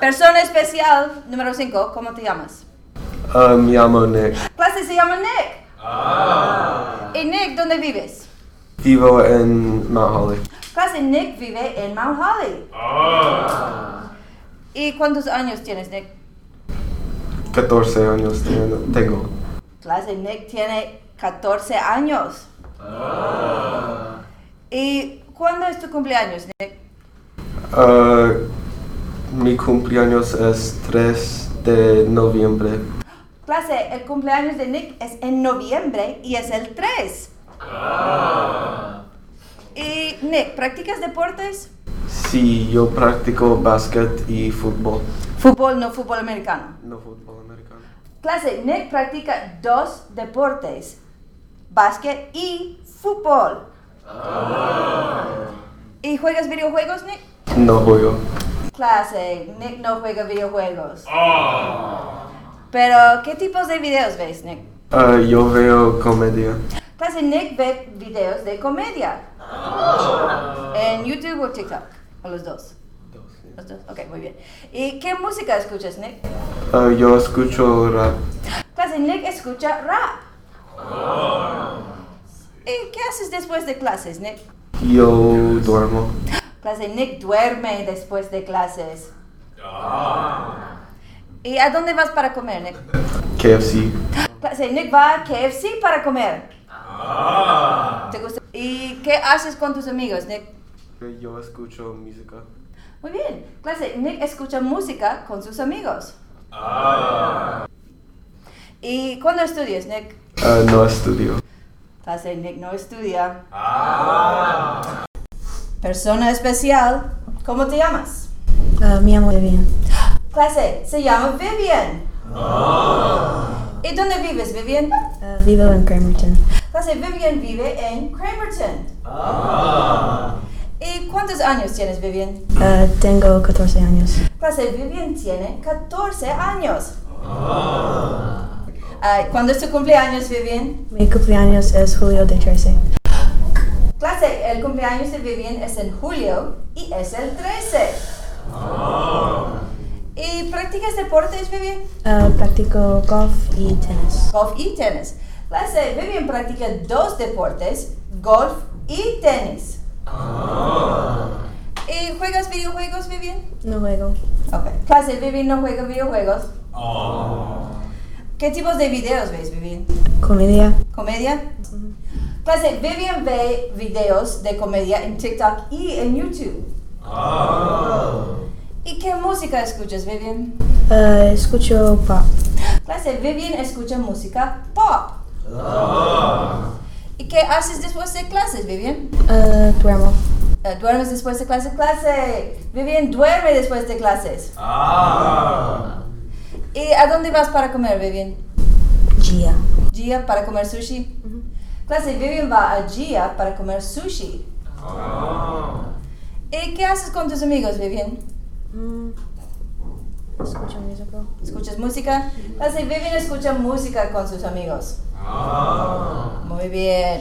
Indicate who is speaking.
Speaker 1: Persona especial número 5, ¿cómo te llamas?
Speaker 2: Ah, me llamo Nick.
Speaker 1: Clase se llama Nick. ¿Y Nick dónde vives?
Speaker 2: Vivo en Mount Holly.
Speaker 1: Clase Nick vive en Mount Holly. ¿Y cuántos años tienes, Nick?
Speaker 2: 14 años tengo. tengo.
Speaker 1: Clase Nick tiene 14 años. ¿Y cuándo es tu cumpleaños, Nick?
Speaker 2: Ah, mi cumpleaños es 3 de noviembre.
Speaker 1: Clase, el cumpleaños de Nick es en noviembre y es el 3. ¿Y Nick, practicas deportes?
Speaker 2: Sí, yo practico básquet y fútbol.
Speaker 1: Fútbol, no fútbol americano.
Speaker 2: No fútbol americano.
Speaker 1: Clase, Nick practica dos deportes, básquet y fútbol. ¿Y juegas videojuegos, Nick?
Speaker 2: No juego.
Speaker 1: Clase, Nick no juega videojuegos. Pero, ¿qué tipos de videos ves, Nick?
Speaker 2: Ah, yo veo comedia.
Speaker 1: Clase, Nick ve videos de comedia. ¿En YouTube o TikTok? ¿O los dos? Los dos, ok, muy bien. ¿Y qué música escuchas, Nick?
Speaker 2: Ah, yo escucho rap.
Speaker 1: Clase, Nick escucha rap. ¿Y qué haces después de clases, Nick?
Speaker 2: Yo duermo.
Speaker 1: Clase, Nick duerme después de clases. ¿Y a dónde vas para comer, Nick?
Speaker 2: KFC.
Speaker 1: Clase, Nick va a KFC para comer. ¿Te gusta? ¿Y qué haces con tus amigos, Nick?
Speaker 2: Yo escucho música.
Speaker 1: Muy bien. Clase, Nick escucha música con sus amigos. ¿Y cuándo estudias, Nick?
Speaker 2: Ah, no estudio.
Speaker 1: Clase, Nick no estudia. Persona especial, ¿cómo te llamas?
Speaker 3: Ah, mi amor, bien.
Speaker 1: Clase, se llama Vivian. ¿Y dónde vives, Vivian?
Speaker 3: Ah, vivo en Cramerton.
Speaker 1: Clase, Vivian vive en Cramerton. ¿Y cuántos años tienes, Vivian?
Speaker 3: Ah, tengo 14 años.
Speaker 1: Clase, Vivian tiene 14 años. Ah, ¿Cuándo es tu cumpleaños, Vivian?
Speaker 3: Mi cumpleaños es julio de 13.
Speaker 1: Clase, el cumpleaños de Vivian es en julio y es el 13. ¿Y practicas deportes, Vivian?
Speaker 3: Ah, practico golf y tenis.
Speaker 1: golf y tenis. Clase, Vivian practica dos deportes, golf y tenis. ¿Y juegas videojuegos, Vivian?
Speaker 3: No juego.
Speaker 1: Ok. Clase, Vivian no juega videojuegos. ¿Qué tipos de videos ves, Vivian?
Speaker 3: Comedia.
Speaker 1: ¿Comedia? Clase, Vivian ve videos de comedia en TikTok y en YouTube. ¿Y qué música escuchas, Vivian?
Speaker 3: Ah, escucho pop.
Speaker 1: Clase, Vivian escucha música pop. ¿Y qué haces después de clases, Vivian?
Speaker 3: Ah, duermo.
Speaker 1: Eh, ¿Duermes después de clase? ¡Clase! Vivian duerme después de clases. ¿Y a dónde vas para comer, Vivian?
Speaker 3: Gia.
Speaker 1: ¿Gia para comer sushi? Clase, Vivian va a Gia para comer sushi. ¿Y qué haces con tus amigos, Vivian?
Speaker 3: Mm, escucho musical.
Speaker 1: ¿Escuchas música? Clase, Vivian escucha música con sus amigos. Muy bien.